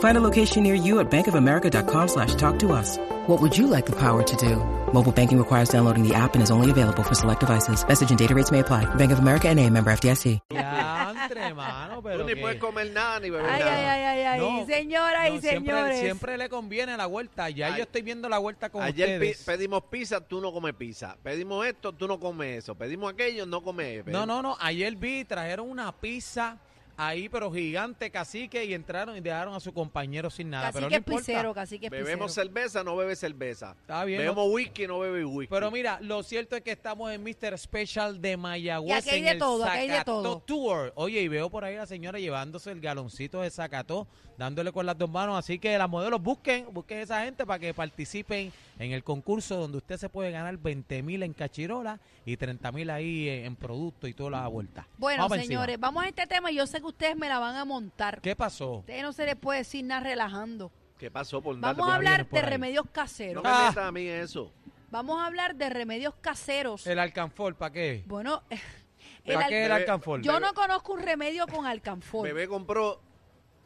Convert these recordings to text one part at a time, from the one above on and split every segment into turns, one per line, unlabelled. Find a location near you at bankofamerica.com slash talk to us. What would you like the power to do? Mobile banking requires downloading the app and is only available for select devices. Message and data rates may apply. Bank of America and a member FDIC.
Diantre, mano, pero
Tú ni
que-
puedes comer nada ni beber
Ay, ay,
nada.
ay, ay, ay,
No,
señoras y
no, siempre-
señores.
Siempre, le conviene la vuelta. Ya
Ay-
yo estoy viendo la vuelta con
Ayer pi-
ustedes.
pedimos pizza, tú no comes pizza. Pedimos esto, tú no comes eso. Pedimos aquello, no comes.
no, no, no. Ayer vi, trajeron una pizza ahí, pero gigante, cacique, y entraron y dejaron a su compañero sin nada.
Casi
pero
que
no
es
importa.
pisero, casi que es
Bebemos
pisero.
cerveza, no bebes cerveza.
Está bien.
Bebemos whisky, no bebes whisky.
Pero mira, lo cierto es que estamos en Mr. Special de Mayagüez.
Y aquí hay
en
de
el
todo, aquí hay de
Zacató
todo.
Tour. Oye, y veo por ahí a la señora llevándose el galoncito de Zacató, dándole con las dos manos. Así que las modelos busquen, busquen esa gente para que participen en el concurso donde usted se puede ganar 20 mil en cachirola y 30 mil ahí en, en producto y toda la vuelta.
Bueno,
Vamos para encima.
señores, vamos a este tema y yo sé que ustedes me la van a montar.
¿Qué pasó?
Ustedes no se les puede decir nada relajando.
¿Qué pasó
pues,
por darle
Vamos
por
a
ahí?
viene
hablar
por
de
ahí.
remedios
No
caseros.
me
Ah.
metas a mí en eso.
Vamos a hablar de remedios caseros.
El alcanfor, ¿para qué?
Bueno, el
¿Para
al-
qué el
Bebé,
alcanfor?
yo no conozco un remedio con alcanfor.
Bebé compró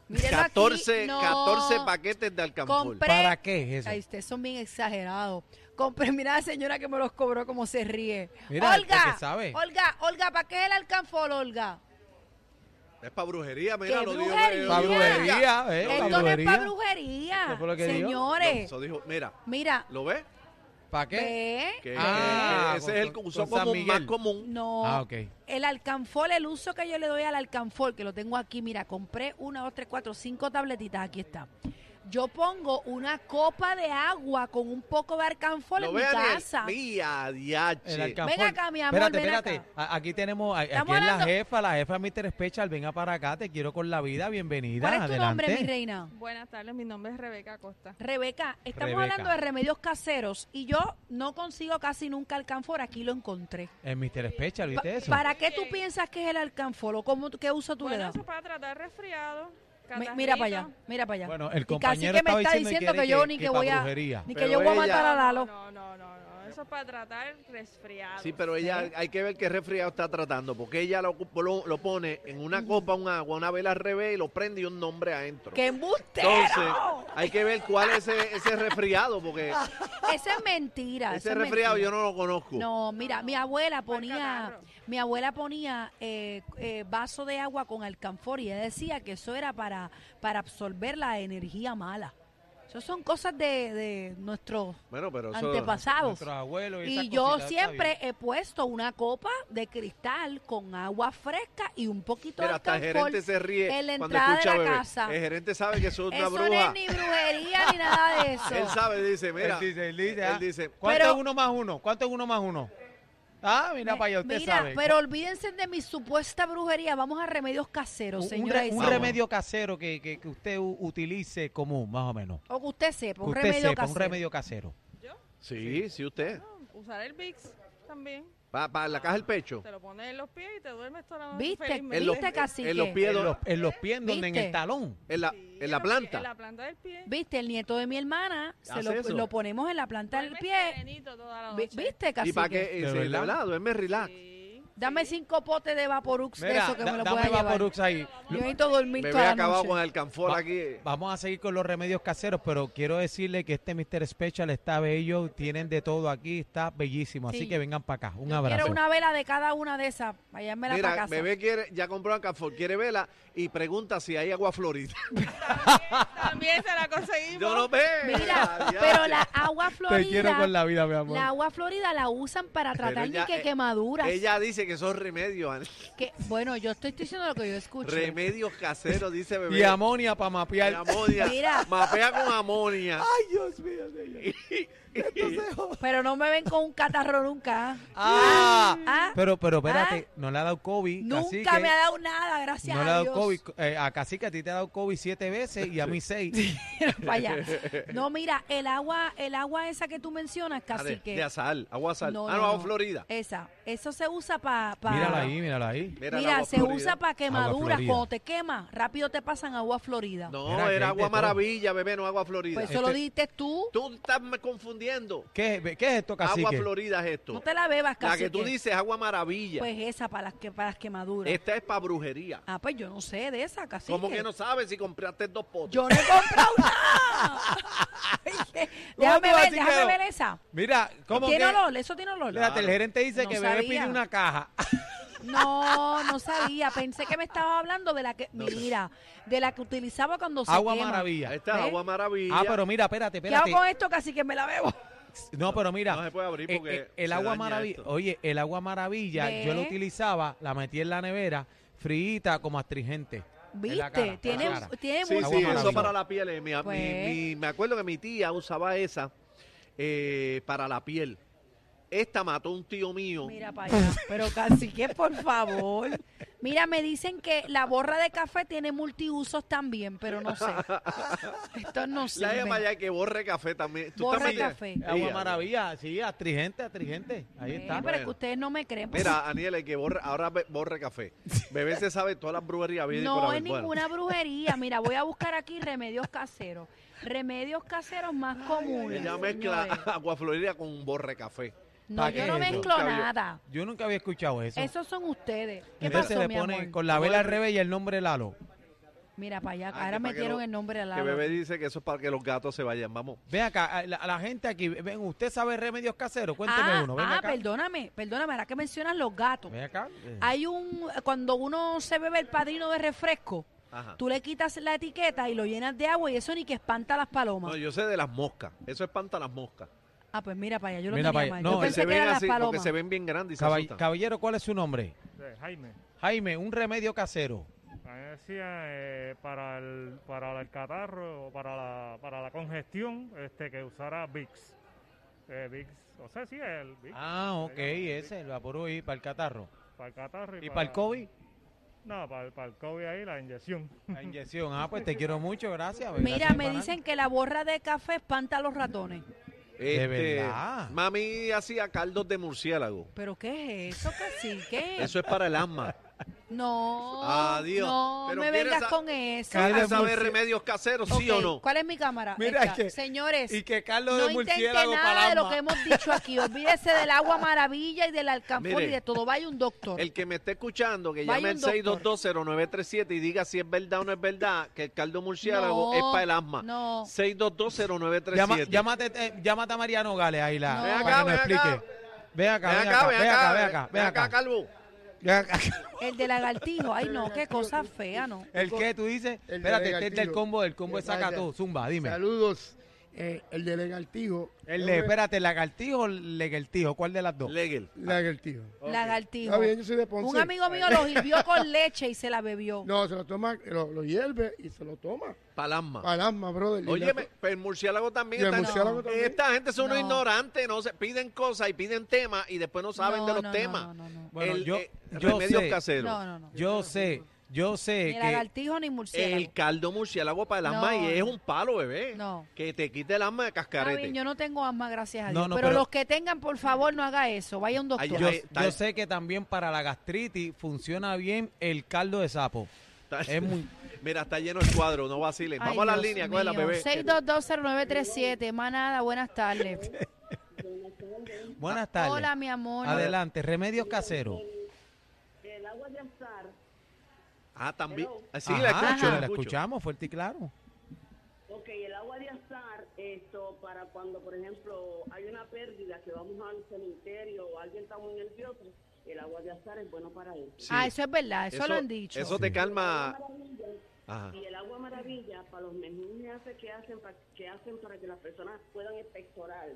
Mírenlo aquí.
14,
No.
14 paquetes de alcanfor.
Compré-
¿Para qué es
Ay,
eso?
ustedes son bien exagerados. Compré, mira la señora que me los cobró como se ríe.
Mira,
Olga,
porque sabe.
Olga, Olga, ¿para qué es el alcanfor, Olga?
Es para brujería, mira,
¿Qué
lo
brujería?
dijo.
Pa' brujería, ¿eh?
Lo
Pa'
Esto
dijo-
no es
brujería.
para brujería.
¿Qué fue lo que dijo?
Señores,
Eso dijo, mira,
mira,
¿lo ves?
¿Para qué?
ve.
Que,
Ah,
que- que ese es el
con-
uso
con San
común, más
Miguel.
común.
No,
Ah, ok.
el alcanfor, el uso que yo le doy al alcanfor, que lo tengo aquí, mira, compré una, dos, tres, cuatro, cinco tabletitas, aquí está. Yo pongo una copa de agua con un poco de alcanfor
¿Lo
en mi
ves, Aniel?
casa.
Mira, diache.
El alcanfor.
Ven acá, mi amor,
Espérate,
ven
espérate.
acá.
A- Aquí tenemos, a- aquí
Estamos
es la
hablando-
jefa, la jefa Mr. Special. Venga para acá, te quiero con la vida. Bienvenida.
¿Cuál es tu
Adelante.
nombre, mi reina?
Buenas tardes, mi nombre es Rebeca Acosta.
Rebeca, estamos
Rebeca.
hablando de remedios caseros y yo no consigo casi nunca alcanfor, aquí lo encontré.
El Mr. Special,
Pa-
¿viste eso?
¿Para qué tú piensas que es el alcanfor o cómo, tú- qué uso tú le
Bueno,
das?
eso para tratar resfriado.
Mi-
catarrito.
mira para allá, mira para allá.
Bueno, el
Y
compañero
Cacique me
estaba
está
diciendo,
diciendo
que,
que yo ni que
pa'
voy a-
brujería.
Ni que
Pero
yo voy a
ella-
matar a Lalo.
No, no, no, no. Eso es para tratar resfriado.
Sí, pero ella hay que ver qué resfriado está tratando, porque ella lo, lo, lo pone en una copa, un agua, una vela al revés y lo prende y un nombre adentro.
¡Qué embustero!
Entonces, hay que ver cuál es ese, ese resfriado, porque
Ah, Ese es mentira.
ese resfriado yo
yo
no lo conozco.
No, mira, mi abuela
Fue el
ponía,
catarro.
mi abuela ponía eh, eh, vaso de agua con alcanfor y ella decía que eso era para, para absorber la energía mala. Eso son cosas de, de nuestros
Bueno, pero eso-
antepasados.
Nuestros abuelos y,
Y
esas
yo
cositas, está
siempre
bien.
he puesto una copa de cristal con agua fresca y un poquito
Mira,
de
hasta el
alcanfor
gerente se ríe
en la
cuando
entrada
escucha
de
a
la
bebé.
casa.
El gerente sabe que eso es una
Eso no
bruja.
es ni brujería ni nada de eso.
Él sabe, dice,
Él
mira.
dice, él dice, ah,
él dice,
¿cuánto
Pero-
es uno más uno? ¿Cuánto es uno más uno? Ah, mira
Me-
para allá, usted
mira,
sabe.
pero olvídense de mi supuesta brujería. Vamos a remedios caseros,
un, un
señora.
re- un
Isa.
remedio casero que, que, que usted u- utilice común, más o menos.
O que usted sepa,
Que
un
usted
remedio
sepa, un
casero.
remedio casero.
Yo,
sí, sí, usted.
no, usar el VIX también.
Para la caja del pecho.
Te lo pones en los pies y te duermes toda la noche.
¿Viste?
felizmente.
En los-
¿Viste, cacique?
en los pies.
En los, en los pies, donde en
¿Viste?
el talón.
En la,
Sí,
en la
los pies,
planta.
En la planta del pie.
¿Viste? El nieto de mi hermana, se
¿Hace
lo,
eso?
lo ponemos en la planta del
Duermes
pie.
serenito toda la
Vi-
noche.
¿Viste,
Y para que
cacique?
eh,
¿De
se- de
verdad?
verdad, duerme relax.
Sí.
Dame cinco potes de Vaporux de
Mira,
eso que
da-
me lo
dame
pueda llevar.
Vaporux ahí.
Yo necesito dormir
Bebé
toda la
acabado
noche.
con el alcanfor
Va-
aquí.
Vamos a seguir con los remedios caseros, pero quiero decirle que este Mr. Special está bello, tienen de todo aquí, está bellísimo.
Sí.
Así que vengan para acá. Un abrazo.
Quiero una vela de cada una de esas. Vayármela para
Mira,
casa.
bebé quiere, ya compró alcanfor, quiere vela y pregunta si hay agua florida.
También se la conseguimos.
Yo no veo.
Mira,
Ya,
pero
ya.
la agua florida,
la vida, mi
la agua florida la usan para
Pero
tratar ni
ella-
que
eh,
quemaduras.
Ella dice dice que son remedios, Ana.
Que, bueno, yo estoy diciendo lo que yo escucho.
remedios caseros, dice bebé.
Y amonia para
Y
mapear.
amonia.
Mira.
Mapea con amonia.
Ay, Dios mío, señor. Esto se jod-
Pero no me ven con un catarro nunca.
Ah,
Ah,
pero, pero espérate, no le ha dado COVID.
nunca
cacique.
me ha dado nada, gracias
No le ha
a
dado
Dios.
COVID. Eh, a Cacique a ti te ha dado COVID siete veces y a mí seis.
Pa' allá. No, mira, el agua, el agua esa que tú mencionas,
Ah, de-
casi que
De azar, agua sal. ah, no, agua Florida.
Esa, eso se usa para
Mírala ahí, mírala ahí.
Mira, el
Mira,
agua
se
Florida.
usa para quemaduras.
Florida.
Cuando te quema, rápido te pasan agua florida.
No,
Mira, que hay
era
de
agua
todo.
maravilla, bebé, no agua Florida.
pues eso lo
Este-
dijiste tú.
Tú estás me confundiendo.
¿Qué, ¿Qué es esto, Cacique?
Agua Florida es esto.
No te la bebas,
la
casi.
que tú dices agua maravilla.
Pues esa para las, que, para las quemaduras.
Esta es para brujería.
Ah, pues yo no sé de esa, casi.
¿Cómo que no sabes si compraste dos potes?
Yo no he comprado nada. Ay, déjame
tú
ver,
así
déjame
quedó?
ver esa.
Mira, ¿cómo
¿Tiene
que?
olor? ¿Eso tiene olor?
Espérate, el gerente dice
No
que bebé
sabía.
pide una caja.
No, no sabía. Pensé que me estaba hablando de la que,
No sé.
mira, de la que utilizaba cuando se
Agua
quema.
Ahí
maravilla.
está,
¿Ves?
agua maravilla.
Ah, pero mira, espérate,
¿Qué hago
espérate.
con esto? Casi que me la bebo.
No, pero mira.
No se puede abrir
eh,
porque
eh, el
se
agua
daña
maravilla.
esto.
Oye, el agua maravilla, yo la
Ve.
utilizaba, la metí en la nevera, friita como astringente. En la cara,
¿Viste?
en
Tiene,
la cara.
tiene
Sí,
mucho
sí,
Agua
eso
maravilla.
para la piel. eh, mi- mi-
Pues.
mi- me acuerdo que mi tía usaba esa eh, para la piel. Esta mató a un tío mío.
Mira para allá. Pero casi que por favor. Mira, me dicen que la borra de café tiene multiusos también, pero no sé. Esto no sé.
la llama ya que borre café también. ¿Tú
Borra
también-
café.
Sí,
Agua
Aniel.
maravilla, sí, astringente, astringente. Ahí está.
pero es que
Bueno.
ustedes no me creen. pues, porque
Mira, Aniel, el que borre, ahora be- borre café. Bebé se sabe todas las brujerías. habidas y por
no
haber.
es
Bueno,
ninguna brujería. Mira, voy a buscar aquí remedios caseros. Remedios caseros más comunes.
Ella mezcla
señores.
agua florida con un borre café.
No,
¿Para
yo
qué
no
es eso?
mezclo
Nunca vi-
nada.
Yo nunca había escuchado eso.
Esos son ustedes. ¿Qué
Entonces
pasó,
le
mi
ponen
amor?
con la vela al revés y el nombre Lalo.
Mira para allá,
Ah,
ahora
que para que
metieron
lo-
el nombre al
Que
lado.
bebé dice que eso es para que los gatos se vayan. Vamos.
Ve acá, a la, a la gente aquí, ven, ¿usted sabe remedios caseros? Cuénteme
ah,
uno, ven
ah,
acá.
perdóname, perdóname, ahora que mencionas los gatos.
Ven acá. Eh,
Hay un, cuando uno se bebe el padrino de refresco,
Ajá.
tú le quitas la etiqueta y lo llenas de agua y eso ni que espanta a las palomas.
No, yo sé de las moscas. Eso espanta a las moscas.
ah, pues mira para allá, yo lo
Mira
tenía
para allá.
mal.
No,
yo
Porque
ese
pensé
se
que
ven
eran
así,
las
porque
palomas.
se ven bien grandes y se
caball-
asustan.
caballero, ¿cuál es su nombre?
Eh, Jaime,
Jaime, un remedio casero.
a mí me decían eh, para, el, para el catarro o para la, para la congestión este, que usara Vicks. Eh, Vicks, o sea, sí, el Vicks.
Ah, ok,
Eh,
ese, el vapor y para el catarro.
Para el catarro.
¿Y para el COVID?
No, para, el- para el COVID ahí, la inyección.
La inyección. Ah, pues te quiero mucho, gracias.
Mira,
Gracias,
me
pana.
dicen que la borra de café espanta a los ratones.
De verdad.
Este, Mami hacía caldos de murciélago.
¿Pero qué es eso, cacique?
Eso es para el asma.
No,
Adiós.
no
Pero
me
¿quieres
vengas
sa-
con eso.
Caldo
¿Quieres
de
saber
murci-
remedios caseros, sí
Ok,
o no?
¿Cuál es mi cámara?
Mira,
Esta.
es que-
Señores,
Y que Carlos
no
de
intente
murciélago
nada
para
de
el
lo que
alma.
hemos dicho aquí. Olvídese del agua maravilla y del alcanfor
Mire,
y de todo. Vaya un doctor.
El que me esté escuchando, que
Vaya
llame al
un doctor.
6220937 y diga si es verdad o no es verdad que el caldo de murciélago
No,
es para el asma.
no.
6220937.
Llama- llámate, eh, llámate a Mariano Gales ahí, la,
No.
Ven
para
acá,
que nos
ven acá.
explique. Ven acá,
Ven acá, ven acá, ven acá,
ven acá,
Calvo.
ven acá.
El de lagartijo. Ay, no, qué cosa fea, ¿no?
¿El qué tú dices?
El de
Espérate, este es del
Lagartijo.
combo, del combo
¿Qué
de Zacató.
pasa?
Zumba, dime.
Saludos. Eh, el de lagartijo.
El
es
de,
un
espérate, lagartijo o legartijo, ¿cuál de las dos?
Legel.
Lagartijo.
Lagartijo.
Está bien, yo soy de Ponce.
Un amigo mío lo hirvió con leche y se la bebió.
No, se lo toma, lo, lo hierve y se lo toma.
Para el asma.
Palama, brother.
Oye, me- pero el murciélago también
Y el
está
murciélago
No.
también.
Esta gente son unos
No.
ignorantes, no se piden cosas y piden temas y después no saben
No,
de los
no, no,
temas.
No, no, no.
Bueno,
El,
yo,
eh,
yo
remedios
sé,
caseros.
No, no, no.
yo sé, yo sé
Ni
que...
lagartijo ni murciélago.
El caldo murciélago para el asma
No,
y es
no.
un palo, bebé.
No.
Que te quite el asma de
Está
cascarete.
bien, yo no tengo asma, gracias a
No,
Dios.
no,
pero,
pero-
los que tengan, por favor, no haga eso. Vaya un doctor.
Ay,
Yo,
Ahí está.
yo sé que también para la gastritis funciona bien el caldo de sapo.
Está-
Es muy...
Mira, está lleno el cuadro, no vacilen.
Ay,
Vamos a las
Dios
líneas, con la
mío.
bebé.
6220937, manada, buenas tardes.
Buenas tardes.
Hola, mi amor.
Adelante, remedios caseros.
Ah, también. Ah, Sí,
Ajá,
la escucho,
la
la escucho.
escuchamos fuerte y claro.
Ok, el agua de azar, esto para cuando, por ejemplo, hay una pérdida, que vamos al cementerio o alguien está muy nervioso, el agua de azar es bueno para él.
Sí.
Ah, eso es verdad, eso, lo han dicho.
Eso te calma. Ajá.
Y el agua maravilla para los menjunjes que hacen, pa- que hacen para que las personas puedan expectorar.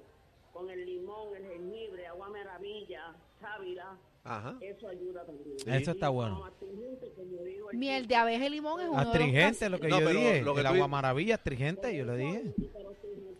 con el limón, el jengibre, agua maravilla, sábila,
Ajá.
eso ayuda también.
Eso está
Y
bueno.
como astringente, como digo, el
Miel de abeja y limón es uno
Astringente,
de
lo
los
que
No,
yo
pero
dije.
lo que
el
tú
agua
di-
maravilla, astringente, yo le dije.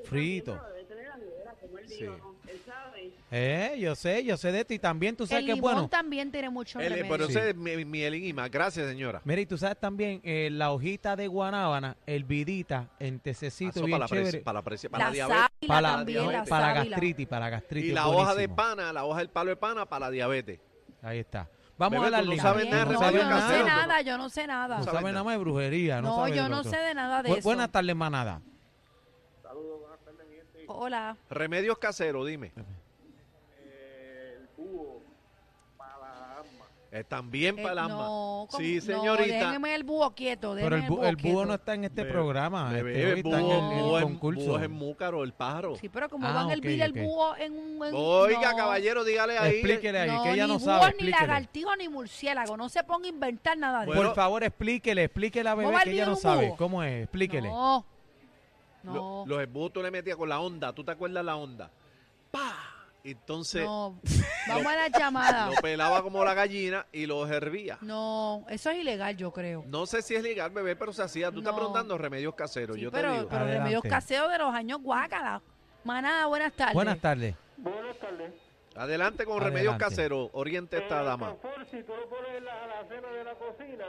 Frito.
Debe tener la nevera, como él
Sí.
dijo, ¿no? Él sabe.
Eh, yo sé, yo sé de ti también. Tú
El
sabes que
limón
es bueno.
también tiene mucho
El-
remedio.
pero
Sí.
ese es mi- mielín y más. Gracias, señora.
Mira, y tú sabes también eh, la hojita de guanábana, hervidita, en tececito,
Ah, Eso
bien
para la
chévere.
presión, para la presión, para
la
la diabetes.
sábila
Para, la-
también, la
diabetes.
para la
sábila.
gastritis, para la gastritis.
Y la
buenísimo.
hoja de pana, la hoja del palo de pana para la diabetes.
Ahí está. Vamos
Bebé,
a la
tú no
línea.
sabes
Bien,
nada de
no,
remedio
yo no sé
casero,
nada, yo no sé nada.
No
sabes
sabes nada
nada.
más de brujería. No,
No,
sabes
yo
de
no
otro.
sé de nada de
Bu-
eso.
Buenas tardes, manada.
Hola.
Remedios caseros, dime. El búho para la asma. También
Eh,
para el asma.
no, ¿cómo?
sí,
No,
señorita.
déjeme el búho quieto,
Pero el,
déjeme
bu- el búho no
quieto.
está en este
Bebé,
programa.
Bebé,
este, hoy
el
está en
búho,
el- el
búho es-
concurso.
búho es múcaro, el pájaro.
Sí, pero como
Ah,
van a
ok,
hervir
ok.
el búho en un... en-
Oiga,
no.
caballero, dígale ahí.
Explíquele ahí,
No,
que ella
ni
no
búho,
sabe.
ni
explíquele.
lagartijo, ni murciélago. No se ponga a inventar nada de
Bueno,
eso.
Por favor, explíquele, explíquele a bebé
¿Cómo
que ella
olvidan
no
un
sabe.
búho?
¿Cómo es? Explíquele.
No,
Lo-
no,
los esbúos tú le metías con la onda. ¿Tú te acuerdas la onda? ¡Pah! Entonces
no. Vamos a la llamada.
lo pelaba como la gallina y los hervía.
No, eso es ilegal, yo creo.
No sé si es legal, bebé, pero se hacía. Tú estás
No.
preguntando remedios caseros.
Sí,
yo
pero,
te digo.
pero remedios
Adelante.
caseros de los años guácala. Manada, buenas tardes.
Buenas tardes.
Buenas tardes.
Adelante con remedios
Adelante.
caseros. Oriente esta dama.
Confort, si tú lo pones en la alacena de la cocina,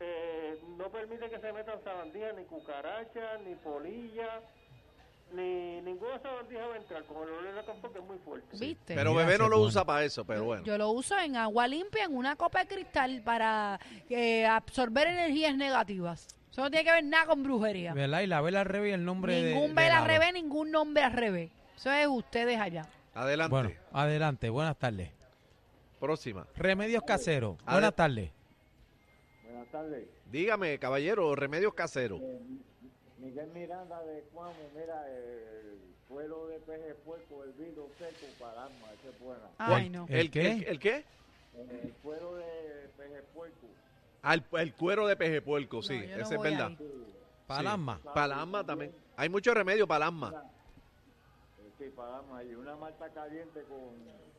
eh, no permite que se metan sabandijas, ni cucarachas, ni polillas, ni ninguna sabandija va a entrar, con el olor de la confort que es muy fuerte.
¿Viste?
Pero
Mira,
bebé no
se
lo
pone.
usa para eso, pero bueno.
Yo lo uso en agua limpia, en una copa de cristal para eh, absorber energías negativas. Eso no tiene que ver nada con brujería.
¿Verdad? Y la vela al revés, el nombre de- de
Ningún vela al
Lalo.
revés, ningún nombre al revés. Eso es ustedes allá.
Adelante.
Bueno, adelante. Buenas tardes.
Próxima.
Remedios caseros.
Adel-
Buenas tardes.
Buenas tardes.
Dígame, caballero, remedios caseros.
Miguel Miranda de Cuamo, mira, el suelo de peje puerco hervido seco para alma, ese es buena.
Ay,
¿El-
no.
¿El qué?
¿El, el qué?
El suelo de peje puerco.
Ah, el, el cuero de peje puerco, sí.
No, yo no
Ese es
voy
verdad.
ahí.
Palama.
Palama también. Hay muchos remedios para el asma.
Eh, Sí, para alma, y una malta caliente con,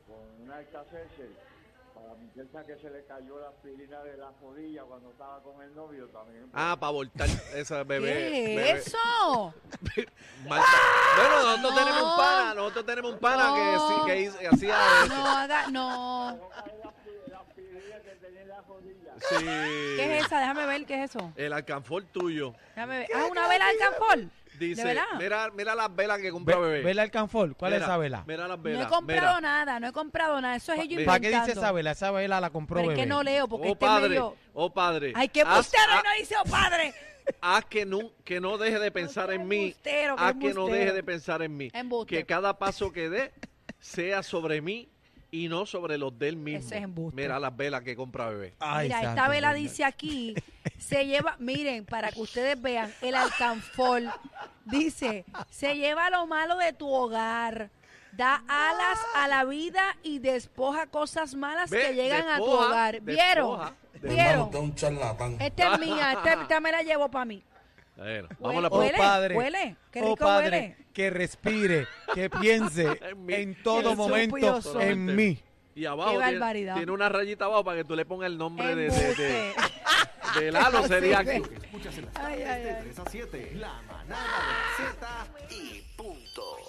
con un alta para mi tía que se le cayó la aspirina de la rodilla cuando estaba con el novio también.
Ah, para voltar esa bebé.
¿Qué es
bebé.
eso?
Mal- Bueno, nosotros
No.
tenemos un pana, nosotros tenemos un pana que,
Ah. No.
sí, que hizo- que hacía eso.
No, haga, no.
Sí.
¿Qué es esa? Déjame ver, ¿qué es eso?
El alcanfor tuyo.
Déjame ver. Ah, una vela de alcanfor.
Dice,
¿De verdad?
mira, mira las velas que compra bebé.
Ve- ¿Vela Alcanfor? ¿Cuál es
Mira,
esa vela?
Mira las
No
velas.
he comprado
mira.
nada, no he comprado nada. Eso es ello
mira.
¿Para
inventando.
qué dice esa vela? Esa vela la compró
Pero es
bebé.
que no leo, porque
Oh
este
padre,
medio...
oh padre.
Ay, qué
haz, ah.
embustero,
haz-
y no dice, oh padre.
haz que no, que no deje de pensar
qué
en mí.
embustero, qué
haz que no
embustero.
deje de pensar en mí.
Embuste.
Que cada paso que dé sea sobre mí y no sobre los del mismo.
Ese es embuste.
Mira las velas que compra bebé.
Ay,
Mira, esta
santo
vela
Dios.
dice aquí, se lleva, miren, para que ustedes vean, el alcanfor dice, se lleva lo malo de tu hogar, da alas a la vida y despoja cosas malas
Ve,
que llegan a tu
despoja,
hogar. ¿Vieron?
despoja.
¿Vieron? Esta es mía, esta, esta me la llevo para mí.
Bueno, vamos a
Huele,
la
Oh,
próxima.
huele,
padre.
huele, qué
oh,
rico
padre,
huele.
que respire, que piense
En mí.
en todo
Qué
momento
estúpido
soy.
en mí.
Y abajo
Qué
tiene,
barbaridad.
tiene una rayita abajo para que tú le pongas el nombre de, de, de,
Embuste.
de Lalo sería
sirve.
aquí.
Escuchas en las
Ay,
tardes
ay,
de
ay.
3 a 7. La manada de la Z y punto.